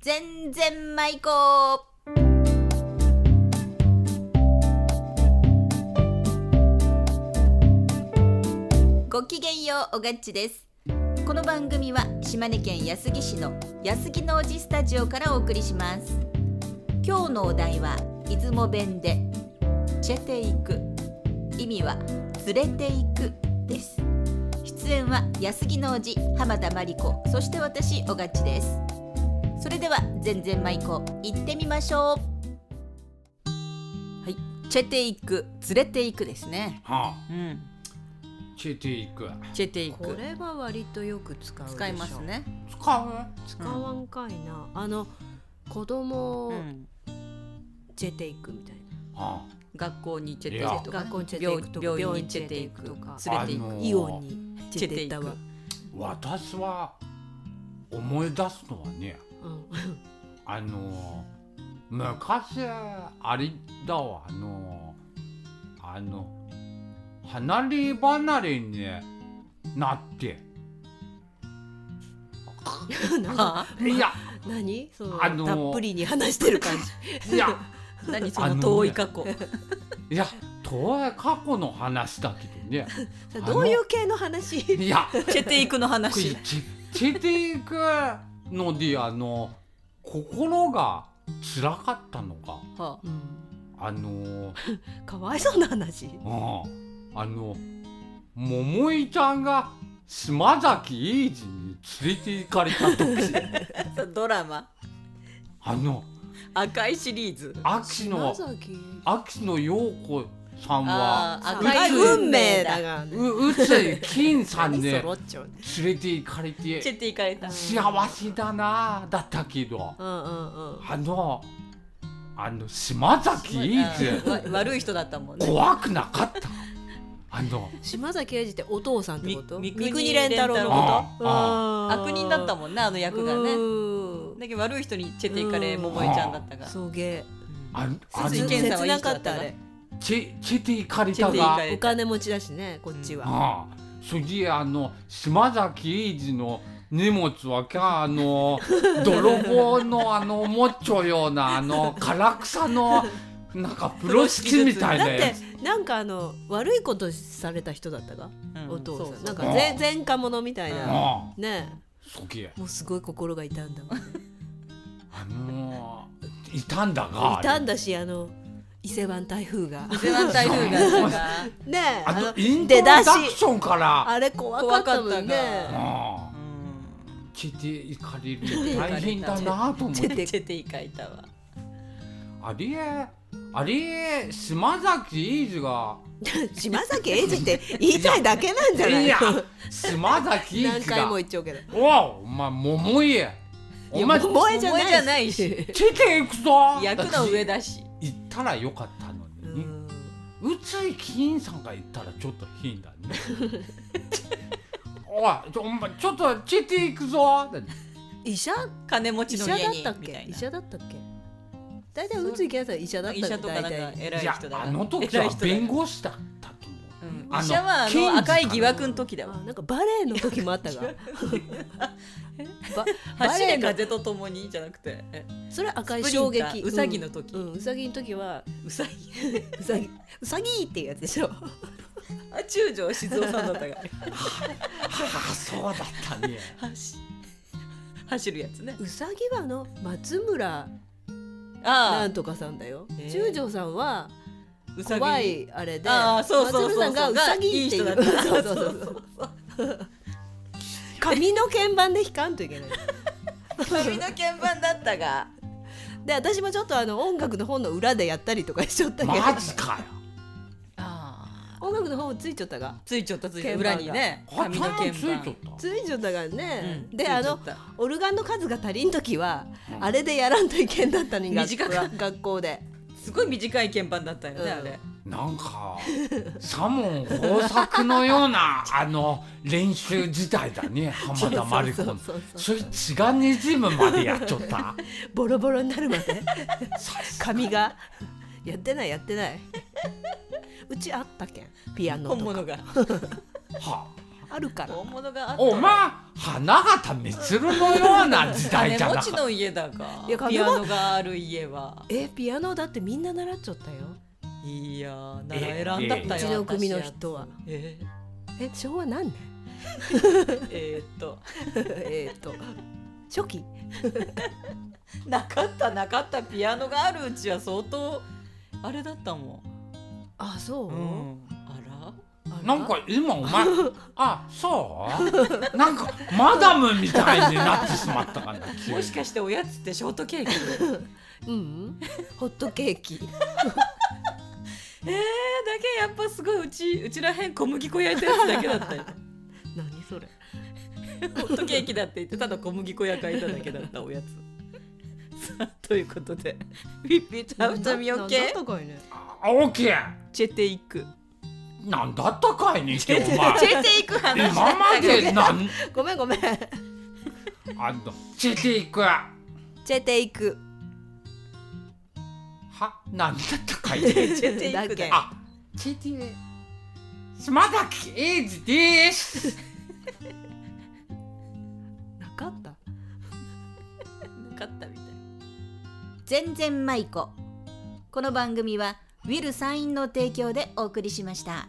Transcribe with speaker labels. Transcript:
Speaker 1: 全然舞子ごきげんようおがっちですこの番組は島根県安来市の安来のおじスタジオからお送りします今日のお題は出雲弁でチェていく意味は連れていくです出演は安木のおじ浜田真理子そして私小勝ですそれでは全然舞子行ってみましょうはいチェていく連れていくですね
Speaker 2: は
Speaker 1: う
Speaker 2: あ、
Speaker 1: ん
Speaker 2: チェティク
Speaker 1: チェてい
Speaker 3: こ
Speaker 1: く
Speaker 3: れは割とよく使うでしょ
Speaker 1: 使いますね
Speaker 2: 使
Speaker 3: 使わんかいな、あの子
Speaker 1: う
Speaker 3: 供を
Speaker 1: ん
Speaker 3: 出ていくみたいな、
Speaker 2: うは
Speaker 1: 学校にチェてい
Speaker 2: いや
Speaker 1: くとか
Speaker 3: 学校に出ていくとか
Speaker 1: 病
Speaker 3: 病
Speaker 1: 病
Speaker 3: 院
Speaker 1: 院
Speaker 3: に
Speaker 1: チ
Speaker 3: 出
Speaker 1: ェ
Speaker 3: て
Speaker 1: てい
Speaker 3: い
Speaker 1: く
Speaker 3: くと
Speaker 1: と
Speaker 3: か
Speaker 1: か連れてい
Speaker 2: あ
Speaker 1: く
Speaker 2: の
Speaker 3: イオンに出ていったわ、
Speaker 2: あ、私は思い出すのはね
Speaker 3: うん、
Speaker 2: あの昔あれだわあのあの離れ離れになって
Speaker 3: な
Speaker 1: はい
Speaker 2: や
Speaker 3: 何その、
Speaker 2: あのー
Speaker 3: たっぷりに話してる感じ
Speaker 2: い や
Speaker 1: あ何その遠い過去
Speaker 2: いや遠い過去の話だけど ね
Speaker 3: それ
Speaker 2: あの
Speaker 3: どういう系の話
Speaker 2: いや
Speaker 1: チェていくの話
Speaker 2: ち散っていくのであの心が辛かったのが
Speaker 1: は
Speaker 3: うん
Speaker 2: あの、
Speaker 3: かわいそうな話
Speaker 2: うん、あの桃井ちゃんが島崎英二に連れて行かれた時
Speaker 1: あドラマ
Speaker 2: あの
Speaker 1: 赤いシリーズ
Speaker 2: 秋野
Speaker 3: 島崎
Speaker 2: 秋野陽子さんは
Speaker 1: あ
Speaker 3: さん
Speaker 1: ー赤い運命だ
Speaker 3: がね
Speaker 2: う宇津井金さん
Speaker 3: 何
Speaker 2: で
Speaker 3: 揃っちゃうね
Speaker 2: 連れて行かれ
Speaker 1: チェ
Speaker 2: て
Speaker 1: っていかれた
Speaker 2: 幸せだなあだったけど
Speaker 3: うんうんうん
Speaker 2: あのあの島崎英二
Speaker 1: わ悪い人だったもんね
Speaker 2: 怖くなかったあの
Speaker 3: 島崎英二ってお父さんってこと
Speaker 1: み
Speaker 3: 三国連太郎のこ
Speaker 2: あ
Speaker 3: と
Speaker 2: あ
Speaker 3: あー
Speaker 1: 悪人だったもんなあの役が
Speaker 3: う
Speaker 1: ね
Speaker 3: ーん
Speaker 1: だけど悪い人にチェていかれ
Speaker 3: うん
Speaker 1: 桃井ちゃんだったが
Speaker 3: そうげ
Speaker 2: ああの
Speaker 1: 切
Speaker 3: 切
Speaker 1: 実検査はいい
Speaker 3: な
Speaker 1: 人だ
Speaker 3: か
Speaker 1: っ
Speaker 3: ったた
Speaker 1: ね
Speaker 3: あれ
Speaker 2: チェチェティカリタ
Speaker 1: チェティカ
Speaker 2: が
Speaker 1: リ
Speaker 3: お金持ちだしねこっちは、
Speaker 2: ああそれであの島崎英二の荷物はきゃあ の泥棒のあのもっちょようなあの唐草のなんかプロスキみたい
Speaker 3: だっ
Speaker 2: なや
Speaker 3: て
Speaker 2: つ
Speaker 3: なんかあの悪いことされた人だったが、
Speaker 1: うん
Speaker 3: お父さん
Speaker 1: そ
Speaker 3: な
Speaker 1: うんそ
Speaker 3: か
Speaker 1: う
Speaker 3: ぜ前科者みたいな、
Speaker 2: ああ
Speaker 3: ね
Speaker 2: そげえ
Speaker 3: えもうすごい心が痛んだわ
Speaker 2: あのいたんだが
Speaker 3: 痛んだしあの伊勢湾台風が
Speaker 1: 伊勢湾台風がなんか
Speaker 3: ねえ
Speaker 2: あ
Speaker 3: あ
Speaker 2: の
Speaker 3: の
Speaker 2: イント
Speaker 3: 出
Speaker 2: ロダ
Speaker 3: だ
Speaker 2: ク
Speaker 3: し
Speaker 2: ションからあ
Speaker 3: あれ怖かった
Speaker 1: 怖か
Speaker 3: もん
Speaker 1: った
Speaker 3: ね
Speaker 2: あチェティカリ大変だなと思っ
Speaker 1: チ
Speaker 2: て
Speaker 1: ェてチェていかれたわ
Speaker 2: あれあれ島崎英二が
Speaker 3: 島崎英二って言いたいだけなんじゃない
Speaker 2: いや
Speaker 3: の
Speaker 2: 島崎英
Speaker 3: 何
Speaker 2: 二
Speaker 3: 回も
Speaker 2: が
Speaker 3: 言っちゃうけど
Speaker 2: 「おうお前桃家お前つ
Speaker 3: 萌えじゃ
Speaker 1: 萌えじゃ
Speaker 3: な
Speaker 1: ないい し
Speaker 2: けていくぞ!」
Speaker 1: 役の上だし
Speaker 2: 行ったらよかったの
Speaker 3: う
Speaker 2: にね
Speaker 3: ん
Speaker 2: 宇津井金さんが行ったらちょっと変だねおいちょお前ちょっとチェていくぞだね
Speaker 3: 医者
Speaker 1: 金持ち
Speaker 3: 医
Speaker 1: の
Speaker 3: 者だ
Speaker 1: 家に
Speaker 3: ったっ
Speaker 1: みた
Speaker 3: け
Speaker 1: い
Speaker 3: 医
Speaker 1: な
Speaker 3: 者だったっけ大体宇津木健さん医者だった
Speaker 1: 医者とかなんか
Speaker 3: 大体
Speaker 1: 偉い
Speaker 2: いや
Speaker 1: 人だ
Speaker 2: あの時は弁護士だったと思う
Speaker 1: うん
Speaker 2: あの
Speaker 1: 医者はあ
Speaker 2: 刑事か
Speaker 1: の
Speaker 2: な
Speaker 1: 赤い疑惑の時だ
Speaker 3: あ
Speaker 1: わ
Speaker 3: なんかバレエの時も あったがばバ
Speaker 1: 走
Speaker 3: レエ
Speaker 1: れ
Speaker 3: の
Speaker 1: 風とともにじゃなくてえ
Speaker 3: それ赤い衝
Speaker 1: スプリン
Speaker 3: 撃
Speaker 1: ターウサギの時
Speaker 3: うん、うんウサギの時は
Speaker 1: うさぎ
Speaker 3: ウサギウサギっていうやつで しょ
Speaker 1: あ中条静雄さんだった が
Speaker 2: はあそうだったね
Speaker 1: 走走るやつね
Speaker 3: ウサギはあの松村な
Speaker 1: あ
Speaker 3: んとかさんだよ、
Speaker 1: えー
Speaker 3: 中条さん
Speaker 1: あ
Speaker 3: は
Speaker 1: うさぎ
Speaker 3: 怖いあれで
Speaker 1: あーそうそうそうそう
Speaker 3: 松村さんがウサギっていう
Speaker 1: がいい人だった
Speaker 3: そうそうそうそう 髪の鍵盤で弾かんといけない
Speaker 1: 髪の鍵盤だったが
Speaker 3: で私もちょっとあの音楽の本の裏でやったりとかしちゃったけど
Speaker 2: マジかよ
Speaker 1: ああ
Speaker 3: 音楽の本ついちゃったが
Speaker 1: ついちょったついちょっ
Speaker 3: 鍵
Speaker 1: た裏
Speaker 3: 盤が
Speaker 1: にね
Speaker 2: あ
Speaker 1: 髪の鍵
Speaker 2: ちゃん
Speaker 1: 盤
Speaker 2: とついちゃった
Speaker 3: ついちゃったがね、であの
Speaker 1: ついちょった
Speaker 3: オルガンの数が足りん時は、
Speaker 2: うん
Speaker 3: あれでやらんといけんだったのに学
Speaker 1: 短
Speaker 3: 校
Speaker 1: か
Speaker 3: は学校です
Speaker 1: ごい短い鍵盤だったよね、
Speaker 3: うん
Speaker 1: あれ
Speaker 2: なんか左門豊作のようなあの練習時代だね浜田真理子の
Speaker 3: そうそうそう
Speaker 2: それ血がにじむまでやっちゃった
Speaker 3: ボロボロになるまで
Speaker 2: さすが
Speaker 3: 髪がやってないやってないうちあったけんピアノ
Speaker 1: 本
Speaker 3: とか
Speaker 1: 物が
Speaker 2: は
Speaker 3: あるから
Speaker 4: 大物があったら
Speaker 2: お前花形みつるのような時代じゃな
Speaker 4: 金持
Speaker 2: か
Speaker 4: ち
Speaker 2: った
Speaker 4: の家だが
Speaker 3: いや金持ち
Speaker 4: ピアノがある家は
Speaker 3: えピアノだってみんな習っちゃったよ
Speaker 4: いやーな
Speaker 2: え
Speaker 4: ら選んだった
Speaker 3: う
Speaker 4: よ
Speaker 3: ちの組の
Speaker 4: 私やつ
Speaker 3: 人は
Speaker 4: え
Speaker 3: え昭和何年
Speaker 4: ー、えーっと
Speaker 3: えーっと初期
Speaker 4: なかったなかったピアノがあるうちは相当あれだったも
Speaker 3: あそう、
Speaker 4: ん、うん、あ
Speaker 3: あら
Speaker 2: なんか今お前あそうなんかマダムみたいになってしまったかな急
Speaker 4: ら
Speaker 2: に
Speaker 4: もしかしておやつってショートケーキ
Speaker 3: うんうんホットケーキ
Speaker 4: えー、だけやっぱすごいうちうちらへん小麦粉焼いたやつだけだったよ
Speaker 3: 何それ
Speaker 4: ホットケーキだって言ってただ小麦粉焼かれただけだったおやつさあということでフィピーとアフタミオ
Speaker 3: なん
Speaker 4: 系
Speaker 3: だかいね
Speaker 2: あオーケ
Speaker 4: チェテイク
Speaker 2: ーなんだったかいにしてお前
Speaker 4: チェテイク話だっ
Speaker 2: 今ま
Speaker 4: たけど
Speaker 2: でなん
Speaker 3: ごめんごめん
Speaker 2: あのチェテイクは
Speaker 3: チェテイク
Speaker 2: なんだったかい
Speaker 4: チェテイクだけ
Speaker 2: あチェティ島崎英二です
Speaker 3: なかった
Speaker 4: なかったみたい
Speaker 1: 全然舞子この番組はウィルサインの提供でお送りしました。